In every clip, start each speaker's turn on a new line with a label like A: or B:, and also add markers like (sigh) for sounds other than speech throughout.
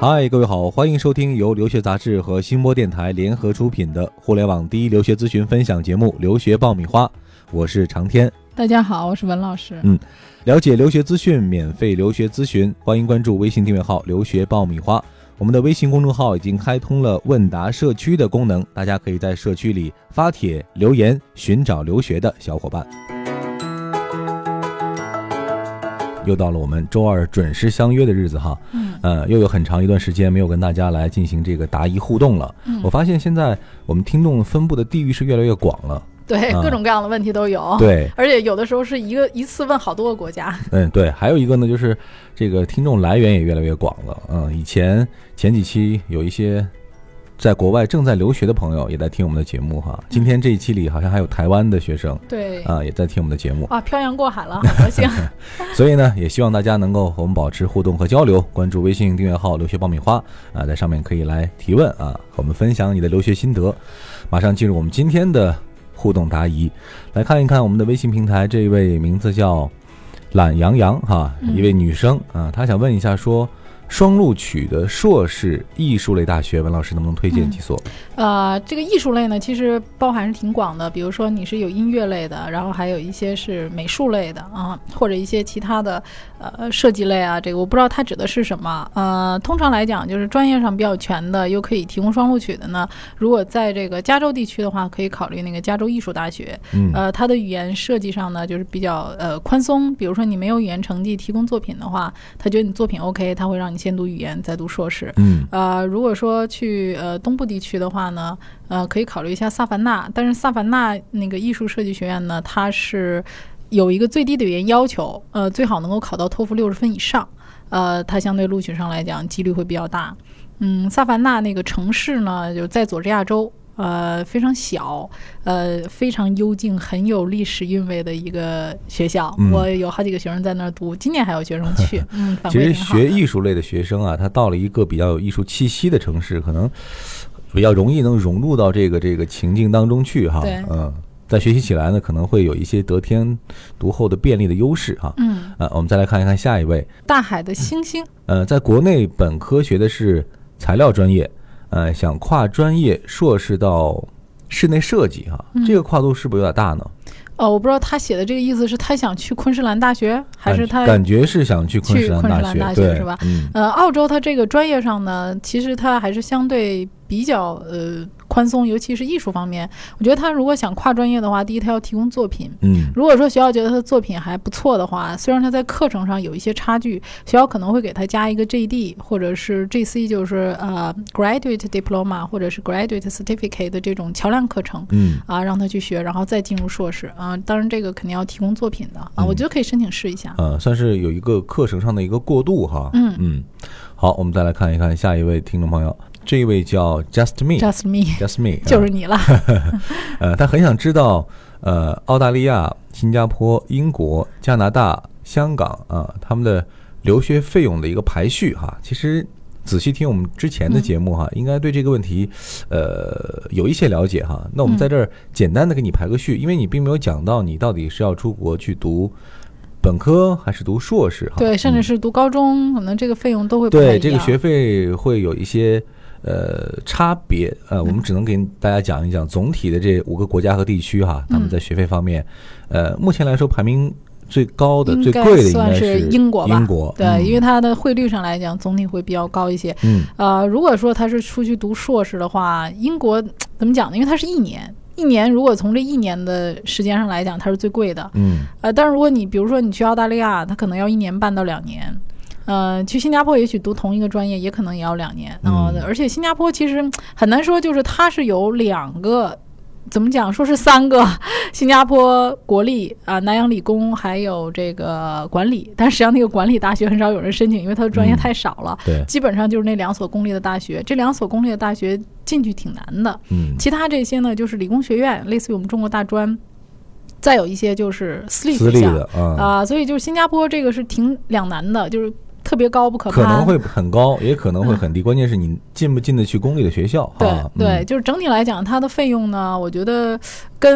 A: 嗨，各位好，欢迎收听由留学杂志和新播电台联合出品的互联网第一留学咨询分享节目《留学爆米花》，我是长天。
B: 大家好，我是文老师。
A: 嗯了解留学资讯，免费留学咨询，欢迎关注微信订阅号“留学爆米花”。我们的微信公众号已经开通了问答社区的功能，大家可以在社区里发帖留言，寻找留学的小伙伴。又到了我们周二准时相约的日子哈，
B: 嗯
A: 呃，又有很长一段时间没有跟大家来进行这个答疑互动了。
B: 嗯
A: 我发现现在我们听众分布的地域是越来越广了，
B: 对
A: 啊
B: 各种各样的问题都有，
A: 对，
B: 而且有的时候是一个一次问好多个国家。
A: 嗯，对，还有一个呢，就是这个听众来源也越来越广了。嗯，以前前几期有一些在国外正在留学的朋友也在听我们的节目哈。今天这一期里好像还有台湾的学生
B: 对
A: 啊、也在听我们的节目，
B: 啊，漂洋过海了，好
A: (laughs)
B: 高兴。
A: 所以呢，也希望大家能够和我们保持互动和交流，关注微信订阅号“留学爆米花”啊，在上面可以来提问啊，和我们分享你的留学心得。马上进入我们今天的互动答疑，来看一看我们的微信平台这一位名字叫懒羊羊哈，
B: 嗯
A: 一位女生啊，她想问一下说。双录取的硕士艺术类大学，文老师能不能推荐几所？
B: 呃，这个艺术类呢，其实包含是挺广的，比如说你是有音乐类的，然后还有一些是美术类的啊，或者一些其他的呃设计类啊，这个我不知道它指的是什么。呃，通常来讲，就是专业上比较全的，又可以提供双录取的呢，如果在这个加州地区的话，可以考虑那个加州艺术大学。
A: 嗯
B: 呃，它的语言设计上呢，就是比较呃宽松。比如说你没有语言成绩提供作品的话，他觉得你作品 OK，他会让你先读语言，再读硕士。
A: 嗯
B: 呃，如果说去呃东部地区的话呢，呃，可以考虑一下萨凡纳。但是萨凡纳那个艺术设计学院呢，它是有一个最低的语言要求，呃，最好能够考到托福六十分以上。呃，它相对录取上来讲几率会比较大。嗯，萨凡纳那个城市呢，就在佐治亚州。呃，非常小，呃，非常幽静，很有历史韵味的一个学校。
A: 嗯
B: 我有好几个学生在那儿读，今年还有学生
A: (laughs)
B: 去，嗯，反
A: 其
B: 馈
A: 实
B: 挺好的。
A: 学艺术类的学生啊，他到了一个比较有艺术气息的城市，可能比较容易能融入到这个这个情境当中去哈
B: 对。
A: 嗯，在学习起来呢，可能会有一些得天独厚的便利的优势哈。
B: 嗯，
A: 呃，我们再来看一看下一位，
B: 大海的星星。
A: 呃，在国内本科学的是材料专业，呃，想跨专业硕士到室内设计哈，
B: 嗯
A: 这个跨度是不是有点大呢？
B: 哦，我不知道他写的这个意思是他想去昆士兰大学，还是他
A: 感感觉是想去昆士兰
B: 去昆士
A: 大
B: 兰
A: 学，
B: 大学
A: 对，
B: 是吧
A: 嗯
B: 呃，澳洲它这个专业上呢，其实它还是相对比较呃宽松，尤其是艺术方面。我觉得他如果想跨专业的话，第一他要提供作品。
A: 嗯
B: 如果说学校觉得他的作品还不错的话，虽然他在课程上有一些差距，学校可能会给他加一个 JD 或者是 GC，就是呃 graduate diploma 或者是 graduate certificate 的这种桥梁课程。
A: 嗯。
B: 啊，让他去学，然后再进入硕士啊。当然，这个肯定要提供作品的
A: 嗯
B: 啊，我觉得可以申请试一下。
A: 呃，算是有一个课程上的一个过渡哈。
B: 嗯
A: 好，我们再来看一看下一位听众朋友，这一位叫 Just Me，Just
B: Just me， (laughs)
A: Me，
B: 就
A: 呃
B: 是你了。
A: 呃，他很想知道呃，澳大利亚、新加坡、英国、加拿大、香港啊、他们的留学费用的一个排序哈。其实。仔细听我们之
B: 嗯
A: 前的节目哈，应该对这个问题，呃，有一些了解哈。那我们
B: 嗯
A: 在这儿简单的给你排个序，因为你并没有讲到你到底是要出国去读本科还是读硕士哈。
B: 对，甚至
A: 嗯
B: 是读高中，可能这个费用都会不太
A: 对
B: 一
A: 这个
B: 样
A: 学费会有一些呃差别，
B: 嗯
A: 呃，我们只能给大家讲一讲总体的这五个国家和地区
B: 嗯
A: 哈，他们在学费方面，呃，目前来说排名最高的、
B: 应
A: 最
B: 该
A: 贵的应
B: 算
A: 该
B: 是英国吧
A: 英国
B: 对，因为
A: 为
B: 它的汇率上来讲，总体会比较高一些。
A: 嗯
B: 呃，如果说他是出去读硕士的话，英国怎么讲呢？因为它是一年，一年如果从这一年的时间上来讲，它是最贵的。
A: 嗯
B: 呃，但是如果你比如说你去澳大利亚，它可能要一年半到两年。呃，去新加坡也许读同一个专业，也可能也要两年。呃
A: 嗯
B: 而且新加坡其实嗯很难说，就是它是有两个，怎么讲，说是三个新加坡国立啊、南洋理工还有这个管理，但实际上那个管理大学很少有人申请，因为它的专业
A: 嗯
B: 太少了，
A: 对
B: 基本上就是那两所公立的大学。这两所公立的大学进去挺难的，
A: 嗯
B: 其他这些呢，就是理工学院，类似于我们中国大专，再有一些就是私立
A: 私
B: 学
A: 立
B: 校
A: 的啊。
B: 啊、所以就是新加坡这个是挺两难的，就是特别高不可
A: 可
B: 攀。
A: 能会很高，也可能会很低，关键是你进不进得去公立的学校
B: 对
A: 哈。
B: 对，
A: 嗯
B: 就是整体来讲，它的费用呢，我觉得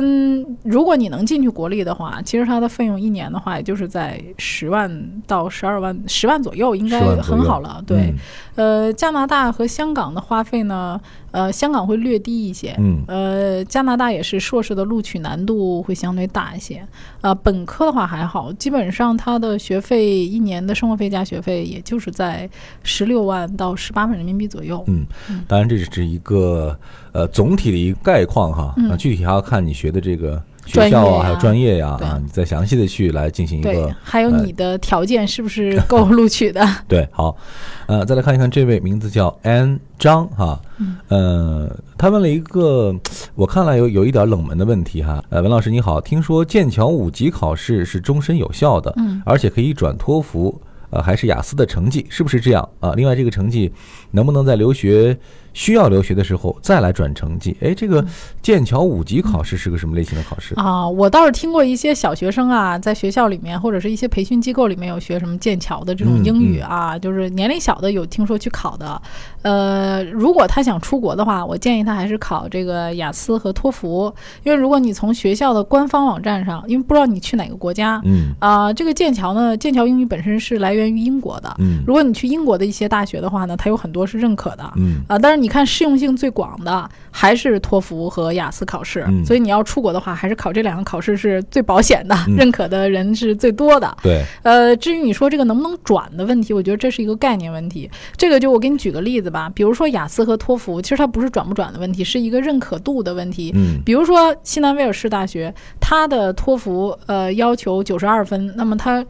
B: 跟如果你能进去国立的话，其实它的费用一年的话，也就是在十万到十二万、十万左右，应该
A: 10万左右
B: 很好
A: 嗯
B: 了。对，呃，加拿大和香港的花费呢，呃，香港会略低一些。
A: 嗯，
B: 呃，加拿大也是硕士的录取难度会相对大一些，啊、本科的话还好，基本上它的学费一年的生活费加学费也就是在十六万到十八万人民币左右。
A: 嗯嗯，当然这只是一个呃总体的一个概况哈，
B: 嗯
A: 啊，具体还要看你学的这个学
B: 专业
A: 校啊，
B: 呀
A: 还有专业呀
B: 对
A: 啊，你再详细的去来进行一
B: 对
A: 个，
B: 还有
A: 呃
B: 你的条件是不是够录取的？
A: 对，好，呃，再来看一看这位名字叫安张哈，
B: 嗯
A: 呃，他问了一个我看来有有一点冷门的问题哈，呃，文老师你好，听说剑桥五级考试是终身有效的，
B: 嗯，
A: 而且可以转托福，呃，还是雅思的成绩，是不是这样啊？另外，这个成绩能不能在留学需要留学的时候再来转成绩？哎，这个剑桥五级考试是个什么类型的考试？
B: 啊，我倒是听过一些小学生啊，在学校里面或者是一些培训机构里面有学什么剑桥的这种
A: 嗯
B: 英语啊，就是年龄小的有听说去考的。呃，如果他想出国的话，我建议他还是考这个雅思和托福，因为如果你从学校的官方网站上，因为不知道你去哪个国家
A: 嗯
B: 啊、这个剑桥呢，剑桥英语本身是来源于英国的。
A: 嗯
B: 如果你去英国的一些大学的话呢，它有很多是认可的。
A: 嗯
B: 啊，但是你看适用性最广的还是托福和雅思考试，
A: 嗯
B: 所以你要出国的话，还是考这两个考试是最保险的，
A: 嗯
B: 认可的人是最多的。
A: 对，
B: 呃，至于你说这个能不能转的问题，我觉得这是一个概念问题。这个就我给你举个例子吧，比如说雅思和托福，其实它不是转不转的问题，是一个认可度的问题。
A: 嗯
B: 比如说西南威尔士大学，它的托福呃要求九十二分，那么它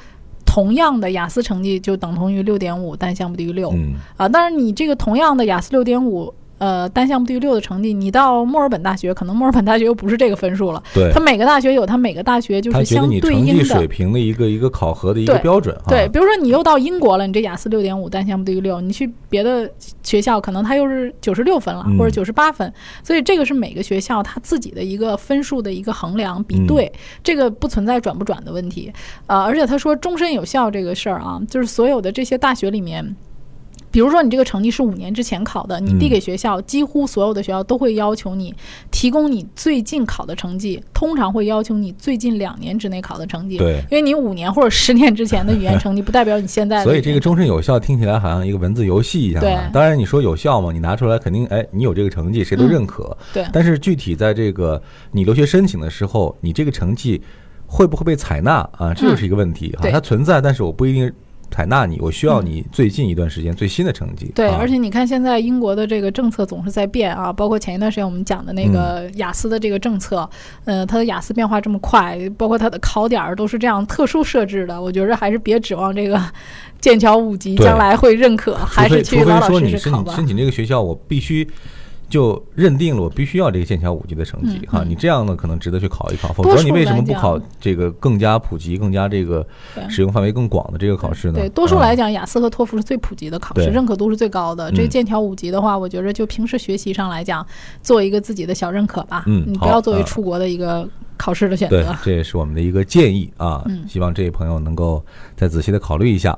B: 同样的雅思成绩就等同于六点五，但项不低于六。
A: 嗯
B: 啊，当然你这个同样的雅思六点五。呃，单项不低于六的成绩，你到墨尔本大学，可能墨尔本大学又不是这个分数了。
A: 对
B: 它，每个大学有它每个大学就
A: 他
B: 是
A: 觉得
B: 相
A: 你
B: 对
A: 成
B: 应
A: 绩
B: 的。
A: 水平的一个一个考核的一个
B: 对
A: 标准啊，
B: 对，比如说你又到英国了，你这雅思六点五，单项不低于六，你去别的学校可能它又是九十六分了，
A: 嗯
B: 或者九十八分，所以这个是每个学校它自己的一个分数的一个衡量比对，
A: 嗯
B: 这个不存在转不转的问题。呃，而且他说终身有效这个事儿啊，就是所有的这些大学里面。比如说，你这个成绩是五年之前考的，你
A: 嗯
B: 递给学校，几乎所有的学校都会要求你提供你最近考的成绩，通常会要求你最近两年之内考的成绩。
A: 对。
B: 因为你五年或者十年之前的语言成绩，不代表你现在的语言。
A: 所以这个终身有效听起来好像一个文字游戏一样啊。
B: 对
A: 当然你说有效嘛，你拿出来肯定，哎，你有这个成绩，谁都
B: 嗯
A: 认可。
B: 对
A: 但是具体在这个你留学申请的时候，你这个成绩会不会被采纳啊？这就是一个问题哈、
B: 嗯对嗯
A: 它存在，但是我不一定采纳你，我需要你最近一段时间最新的成绩。
B: 对，
A: 啊
B: 而且你看现在英国的这个政策总是在变啊，包括前一段时间我们讲的那个
A: 嗯
B: 雅思的这个政策，呃，它的雅思变化这么快，包括它的考点儿都是这样特殊设置的，我觉着还是别指望这个剑桥五级
A: 对
B: 将来会认可，还
A: 除非
B: 是去
A: 除
B: 老
A: 非
B: 老
A: 说你
B: 实实
A: 申
B: 考
A: 请
B: 吧。
A: 申请这个学校，我必须。就认定了我必须要这个剑桥五级的成绩
B: 嗯
A: 哈、
B: 嗯
A: 你这样呢可能值得去考一考，否
B: 多
A: 则你
B: 数
A: 为什
B: 来
A: 么不
B: 讲
A: 考这个更加普及、更加这个
B: 对
A: 使用范围更广的这个考试呢？
B: 对，多数
A: 啊
B: 来讲，雅思和托福是最普及的考试，
A: 对
B: 认可度是最高的。这
A: 嗯
B: 剑桥五级的话，我觉着就平时学习上来讲，做一个自己的小认可吧。
A: 嗯
B: 你不
A: 好
B: 要作为
A: 嗯
B: 出国的一个考试的选
A: 对
B: 择。，
A: 这也是我们的一个建议啊，
B: 嗯
A: 希望这位朋友能够再仔细的考虑一下。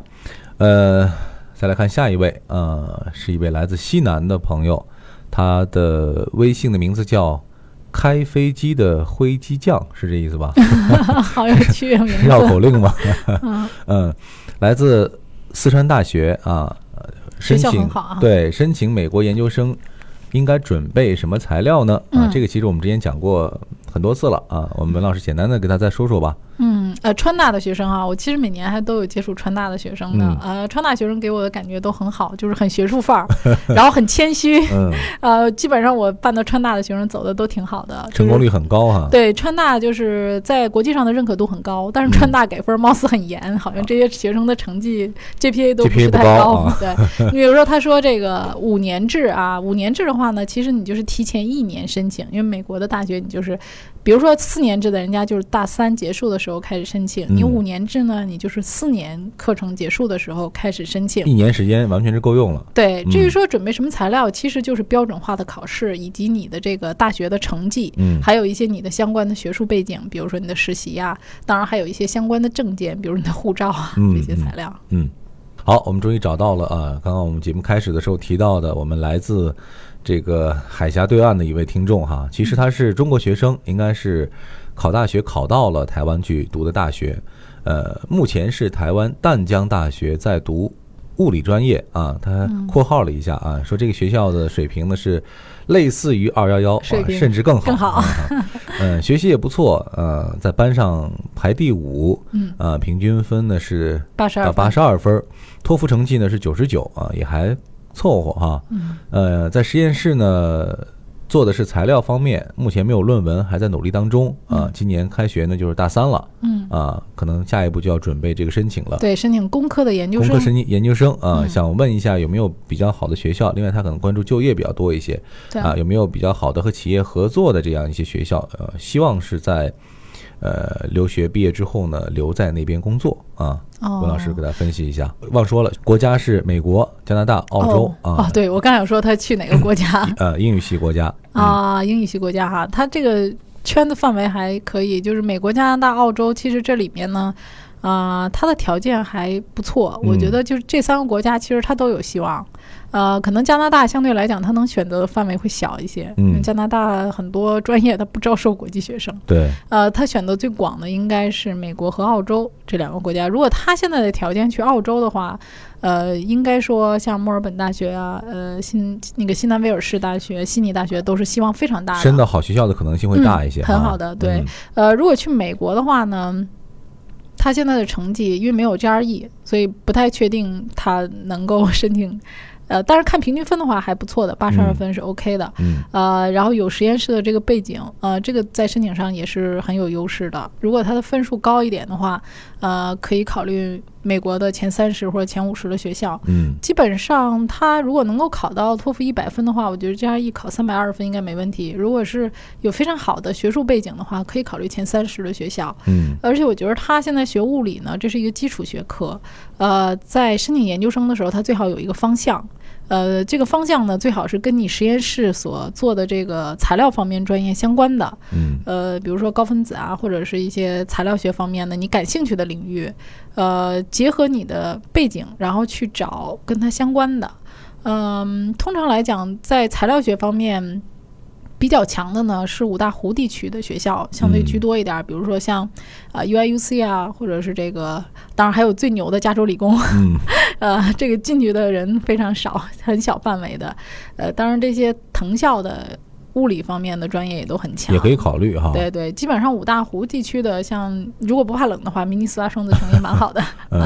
A: 呃，再来看下一位，呃，是一位来自西南的朋友，他的微信的名字叫“开飞机的灰机匠”，是这意思吧？
B: (laughs) 好有趣啊的名
A: 绕
B: 字。
A: 口令嘛。
B: 嗯
A: (laughs) 嗯，来自四川大学啊，呃申
B: 学校
A: 请
B: 很好啊
A: 对申请美国研究生。应该准备什么材料呢？啊，
B: 嗯
A: 这个其实我们之前讲过很多次了啊。我们文老师简单的给大家再说说吧。
B: 嗯，呃，川大的学生啊，我其实每年还都有接触川大的学生
A: 嗯
B: 的。呃，川大学生给我的感觉都很好，就是很学术范儿， (laughs) 然后很谦虚。 (laughs)
A: 嗯，
B: 呃，基本上我办的川大的学生走的都挺好的，就是
A: (laughs) 成功率很高哈。
B: 对，川大就是在国际上的认可度很高，但是
A: 嗯
B: 川大给分貌似很严，好像这些学生的成绩 GPA 都不
A: GPA
B: 是
A: 不
B: 太
A: 高啊
B: 高。对，你比如说他说这个五年制啊，五年制的话呢，其实你就是提前一年申请，因为美国的大学你就是，比如说四年制的，人家就是大三结束的时候开始申请，你
A: 嗯
B: 五年制呢，你就是四年课程结束的时候开始申请
A: 一。年时间完全是够用了。
B: 对，至
A: 嗯
B: 于说准备什么材料，其实就是标准化的考试，以及你的这个大学的成绩，
A: 嗯
B: 还有一些你的相关的学术背景，比如说你的实习呀、当然还有一些相关的证件，比如你的护照啊
A: 嗯
B: 这些材料。
A: 嗯，好，我们终于找到了啊！刚刚我们节目开始的时候提到的，我们来自这个海峡对岸的一位听众哈，其实他是中国学生，应该是考大学考到了台湾去读的大学，呃，目前是台湾淡江大学在读物理专业啊。他括号了一下啊，说这个学校的水平呢是类似于二幺幺，呃
B: 水平
A: 甚至更好，
B: 更好
A: 啊。嗯，学习也不错，呃，在班上排第五，
B: 嗯，
A: 呃，平均分呢是
B: 八十
A: 到
B: 二，
A: 八，十二分儿，托福成绩呢是九十九啊，也还凑合哈、
B: 嗯
A: 呃，在实验室呢做的是材料方面，目前没有论文，还在努力当中啊。今年开学呢就是大三了
B: 嗯，
A: 啊，可能下一步就要准备这个申请了。
B: 对，申请工科的研究
A: 啊工
B: 生
A: 科，申研究生啊，
B: 嗯
A: 想问一下有没有比较好的学校？另外，他可能关注就业比较多一些
B: 对
A: 啊，有没有比较好的和企业合作的这样一些学校？呃，希望是在呃留学毕业之后呢，留在那边工作啊。
B: 哦
A: 文老师给大家分析一下。忘说了，国家是美国、加拿大、澳洲、
B: 哦
A: 啊
B: 哦，，对我刚想说他去哪个国家
A: 呃，英语系国家。
B: 啊？英语系国家哈，他这个圈子范围还可以，就是美国、加拿大、澳洲，其实这里面呢。啊、它的条件还不错，我
A: 嗯
B: 觉得就是这三个国家其实它都有希望。呃，可能加拿大相对来讲，它能选择的范围会小一些。
A: 嗯
B: 加拿大很多专业它不招收国际学生。
A: 对，
B: 呃，他选择最广的应该是美国和澳洲这两个国家。如果他现在的条件去澳洲的话，呃，应该说像墨尔本大学啊，呃，新那个新南威尔士大学、悉尼大学都是希望非常大的。
A: 升到好学校的可能性会大一些。
B: 啊嗯很
A: 啊
B: 好的对
A: 嗯
B: 呃，如果去美国的话呢，他现在的成绩因为没有 GRE，所以不太确定他能够申请。呃，但是看平均分的话还不错的，八十二
A: 嗯
B: 分是 OK 的。
A: 嗯
B: 呃，然后有实验室的这个背景，呃，这个在申请上也是很有优势的。如果他的分数高一点的话，呃，可以考虑美国的前三十或者前五十的学校。
A: 嗯
B: 基本上，他如果能够考到托福一百分的话，我觉得 GRE 考三百二十分应该没问题。如果是有非常好的学术背景的话，可以考虑前三十的学校。
A: 嗯
B: 而且我觉得他现在学物理呢，这是一个基础学科。呃，在申请研究生的时候，他最好有一个方向。呃，这个方向呢，最好是跟你实验室所做的这个材料方面专业相关的。
A: 嗯
B: 呃，比如说高分子啊，或者是一些材料学方面的你感兴趣的领域，呃，结合你的背景，然后去找跟它相关的。嗯，通常来讲，在材料学方面比较强的呢，是五大湖地区的学校相对居多一点儿，比如说像啊、呃 UIUC 啊，或者是这个，当然还有最牛的加州理工， (laughs)
A: 嗯
B: 呃，这个进去的人非常少，很小范围的。呃，当然这些藤校的物理方面的专业也都很强，
A: 也可以考虑哈。
B: (laughs) 对对，基本上五大湖地区的，像如果不怕冷的话，明尼苏达双子城也蛮好的。
A: (laughs) 嗯，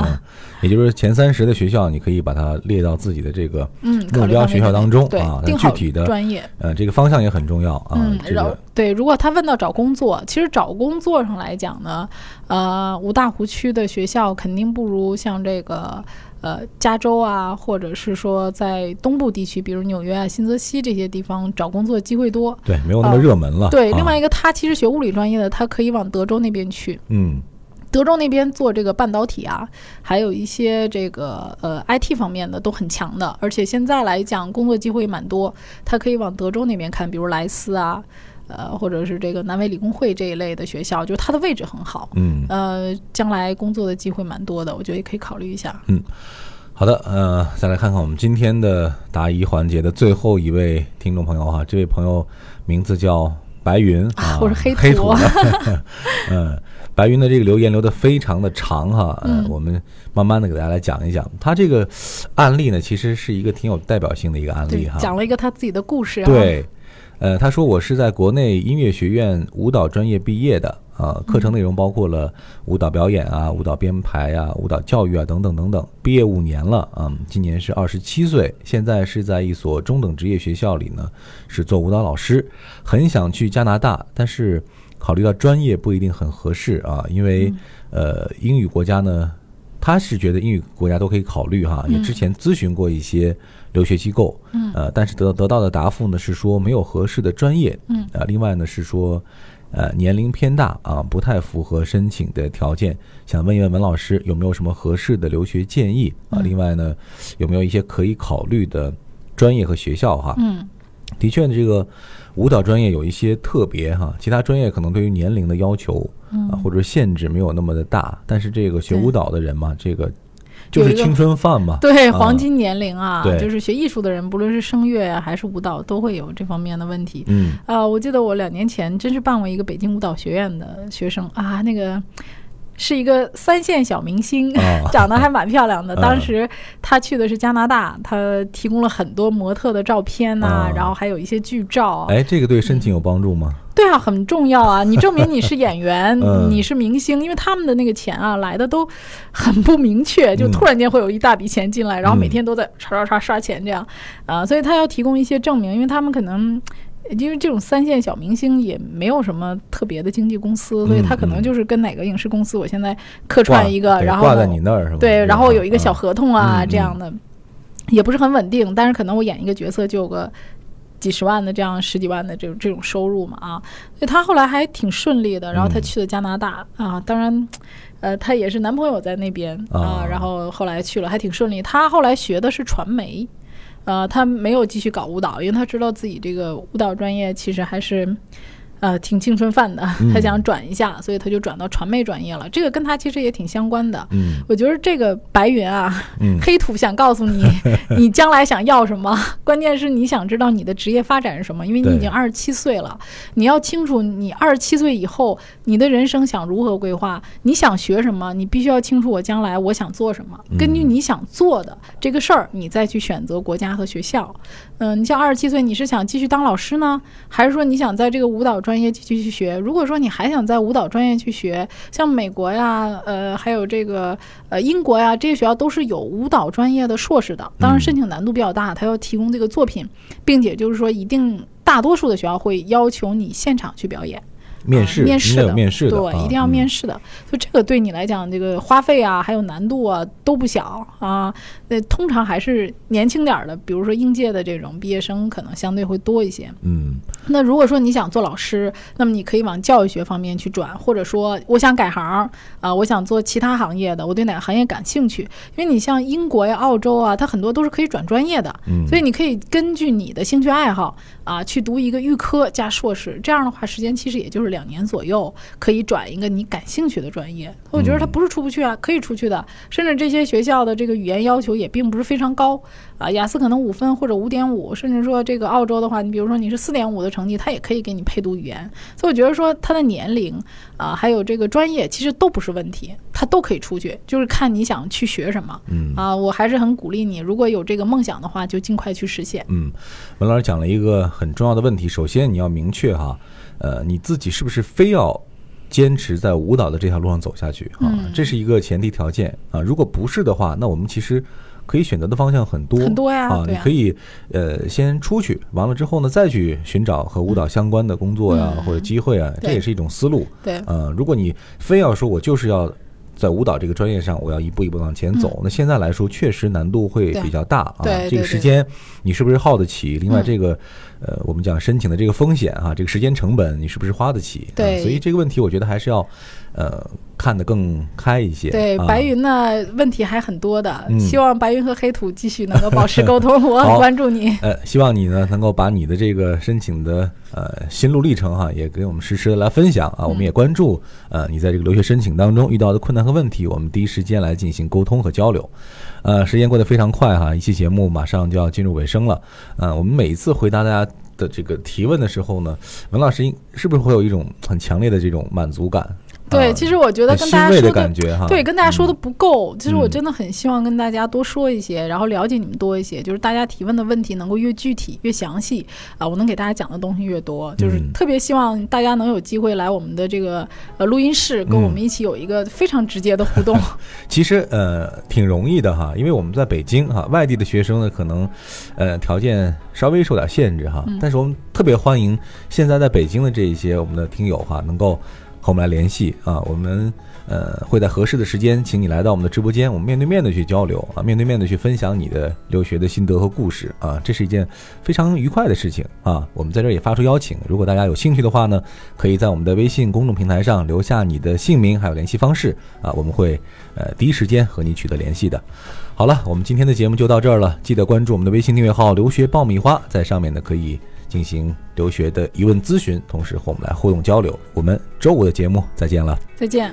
A: 也就是前三十的学校，你可以把它列到自己的这个
B: 嗯，考
A: 目
B: 虑
A: 标
B: 方面
A: 学校
B: 之内
A: 当中
B: 对
A: 啊，
B: 定
A: 具
B: 好
A: 体的
B: 专业。
A: 呃这个方向也很重要啊
B: 嗯。，
A: 这
B: 然后
A: 个
B: 对，如果他问到找工作，其实找工作上来讲呢，呃，五大湖区的学校肯定不如像这个呃加州啊，或者是说在东部地区，比如纽约啊、新泽西这些地方找工作机会多。
A: 对没有那么热门了。
B: 对，
A: 啊
B: 另外一个他其实学物理专业的，他可以往德州那边去，
A: 嗯
B: 德州那边做这个半导体啊，还有一些这个呃 IT 方面的都很强的，而且现在来讲工作机会蛮多，他可以往德州那边看，比如莱斯啊，呃，或者是这个南威理工会这一类的学校，就它的位置很好，
A: 嗯。
B: 呃，将来工作的机会蛮多的，我觉得也可以考虑一下。
A: 好的，呃，再来看看我们今天的答疑环节的最后一位听众朋友哈，这位朋友名字叫白云
B: 啊
A: 啊，
B: 我是黑土
A: 黑土的， (laughs) 嗯，白云的这个留言留的非常的长哈，呃
B: 嗯
A: 我们慢慢的给大家来讲一讲，他这个案例呢，其实是一个挺有代表性的一个案
B: 对
A: 例哈，，
B: 讲了一个他自己的故事啊，
A: 对，呃，他说我是在国内音乐学院舞蹈专业毕业的，啊，课程内容包括了舞蹈表演啊、舞蹈编排啊、舞蹈教育啊等等等等。毕业五年了，嗯，今年是二十七岁，现在是在一所中等职业学校里呢，是做舞蹈老师。很想去加拿大，但是考虑到专业不一定很合适啊，因为、呃，英语国家呢。他是觉得英语国家都可以考虑哈，也之前咨询过一些留学机构，
B: 嗯
A: 呃，但是得得到的答复呢是说没有合适的专业，
B: 嗯，
A: 呃，另外呢是说，呃，年龄偏大啊，不太符合申请的条件，想问一问文老师有没有什么合适的留学建议啊？
B: 嗯
A: 另外呢，有没有一些可以考虑的专业和学校哈？
B: 嗯
A: 的确，这个舞蹈专业有一些特别哈，其他专业可能对于年龄的要求
B: 嗯
A: 啊，或者限制没有那么的大，但是这个学
B: 对
A: 舞蹈的人嘛，这个就是
B: 有一个
A: 青春饭嘛。
B: 嗯对
A: 啊
B: 黄金年龄啊，
A: 对
B: 就是学艺术的人，不论是声乐啊还是舞蹈，都会有这方面的问题。
A: 嗯，
B: 啊、我记得我两年前真是办过一个北京舞蹈学院的学生啊，那个是一个三线小明星， (laughs)
A: 啊
B: 长得还蛮漂亮的。
A: 嗯
B: 当时他去的是加拿大，他提供了很多模特的照片呐、
A: 啊
B: 然后还有一些剧照。啊
A: 哎，这个对申请有帮助吗？
B: 对啊，很重要啊！你证明你是演员，
A: (laughs) 嗯
B: 你是明星，因为他们的那个钱啊来的都很不明确，就
A: 嗯
B: 突然间会有一大笔钱进来，然后每
A: 嗯
B: 天都在刷刷刷刷钱这样啊，所以他要提供一些证明，因为他们可能。因为这种三线小明星也没有什么特别的经纪公司，所以
A: 嗯
B: 他可能
A: 嗯
B: 就是跟哪个影视公司，我现在客
A: 挂
B: 串一个，
A: 对
B: 然后
A: 挂
B: 呢
A: 在你那儿是吧？
B: 对，然后有一个小
A: 啊
B: 合同啊、
A: 嗯嗯
B: 这样的，也不是很稳定，但是可能我演一个角色就有个几十万的这样十几万的这种这种收入嘛啊，所以他后来还挺顺利的，然后他
A: 嗯
B: 去了加拿大、啊，当然。呃，她也是男朋友在那边啊、
A: 啊
B: 然后后来去了，还挺顺利。她后来学的是传媒，呃，她没有继续搞舞蹈，因为她知道自己这个舞蹈专业其实还是，呃，挺青春饭的。
A: 嗯
B: 她想转一下，所以她就转到传媒专业了。这个跟她其实也挺相关的。
A: 嗯
B: 我觉得这个白云啊，
A: 嗯
B: 黑土想告
A: (laughs)
B: 诉你，你将来想要什么，关键是你想知道你的职业发展是什么，因为你
A: 对
B: 已经二十七岁了，你要清楚你二十七岁以后你的人生想如何规划，你想学什么，你必须要清楚我将来我想做什么，根据
A: 嗯
B: 你想做的这个事儿，你再去选择国家和学校。嗯、你像二十七岁，你是想继续当老师呢，还是说你想在这个舞蹈专业继续去学？如果说你还想在舞蹈专业去学，像美国呀，呃，还有这个呃英国呀，这些学校都是有舞蹈专业的硕士的。当然，
A: 嗯
B: 申请难度比较大，它要提供这个作品，并且就是说，一定大多数的学校会要求你现场去表演，
A: 面试，
B: 啊面
A: 应
B: 试
A: 该
B: 的，
A: 有面试的，
B: 对，
A: 啊
B: 一定要
A: 嗯
B: 面试的。所以这个对你来讲，这个花费啊，还有难度啊，都不小啊。那通常还是年轻点儿的，比如说应届的这种毕业生，可能相对会多一些。
A: 嗯
B: 那如果说你想做老师，那么你可以往教育学方面去转，或者说我想改行啊、我想做其他行业的，我对哪个行业感兴趣？因为你像英国呀、澳洲啊，它很多都是可以转专业的，
A: 嗯，
B: 所以你可以根据你的兴趣爱好啊去读一个预科加硕士，这样的话时间其实也就是两年左右，可以转一个你感兴趣的专业。我觉得它不是出不去啊，可以出去的，甚至这些学校的这个语言要求也并不是非常高啊，雅思可能五分或者五点五，甚至说这个澳洲的话，你比如说你是四点五的成绩，它也可以给你配读语言。所以我觉得说他的年龄啊，还有这个专业其实都不是问题，他都可以出去，就是看你想去学什么。
A: 嗯
B: 啊，我还是很鼓励你，如果有这个梦想的话，就尽快去实现。
A: 嗯，文老师讲了一个很重要的问题，首先你要明确哈，呃，你自己是不是非要坚持在舞蹈的这条路上走下去啊？
B: 嗯
A: 这是一个前提条件啊。如果不是的话，那我们其实可以选择的方向很多
B: 很多呀
A: 啊，
B: 对
A: 你
B: 呀
A: 可以呃先出去，完了之后呢，再去寻找和舞蹈相关的工作呀、
B: 嗯
A: 或者机会啊，这
B: 对
A: 也是一种思路。
B: 对，
A: 呃，如果你非要说我就是要在舞蹈这个专业上，我要一步一步往前走，那现在来说确实难度会
B: 嗯对
A: 比较大啊。
B: 对对嗯
A: 这个时间你是不是耗得起？另外这个、呃，我们讲申请的这个风险啊，这个时间成本你是不是花得起？
B: 对
A: 啊，所以这个问题我觉得还是要呃看得更开一些。
B: 对，
A: 啊、
B: 白。云呢问题还很多的，
A: 嗯
B: 希望白云和黑土继续能够保持沟
A: (laughs)
B: 通，我很
A: 好
B: 关注你。
A: 呃，希望你呢能够把你的这个申请的呃心路历程哈、也给我们实时的来分享啊。我
B: 嗯
A: 们也关注呃你在这个留学申请当中遇到的困难和问题，我们第一时间来进行沟通和交流。呃，时间过得非常快哈、一期节目马上就要进入尾声了。呃，我们每一次回答大家的这个提问的时候呢，文老师应是不是会有一种很强烈的这种满足感？
B: 对，
A: 啊
B: 其实我觉得
A: 很
B: 跟
A: 欣
B: 大家
A: 慰
B: 说
A: 的
B: 的
A: 感觉哈。
B: 对，跟大家说的
A: 嗯
B: 不够。其实我
A: 嗯
B: 真的很希望跟大家多说一些，然后了解你们多一些，就是大家提问的问题能够越具体、越详细啊，我能给大家讲的东西越多。就是
A: 嗯
B: 特别希望大家能有机会来我们的这个呃录音室，
A: 嗯
B: 跟我们一起有一个非常直接的
A: (laughs)
B: 互动。
A: 其实呃挺容易的哈，因为我们在北京哈，外地的学生呢可能呃条件稍微受点限制哈，但是我们特别欢迎现在在北京的这一些我们的听友哈，能够和我们来联系啊，我们呃会在合适的时间请你来到我们的直播间，我们面对面的去交流啊，面对面的去分享你的留学的心得和故事啊，这是一件非常愉快的事情啊。我们在这儿也发出邀请，如果大家有兴趣的话呢，可以在我们的微信公众平台上留下你的姓名还有联系方式啊，我们会呃第一时间和你取得联系的。好了，我们今天的节目就到这儿了，记得关注我们的微信订阅号“留学爆米花”，在上面呢可以进行留学的疑问咨询，同时和我们来互动交流。我们周五的节目再见了。
B: 再见。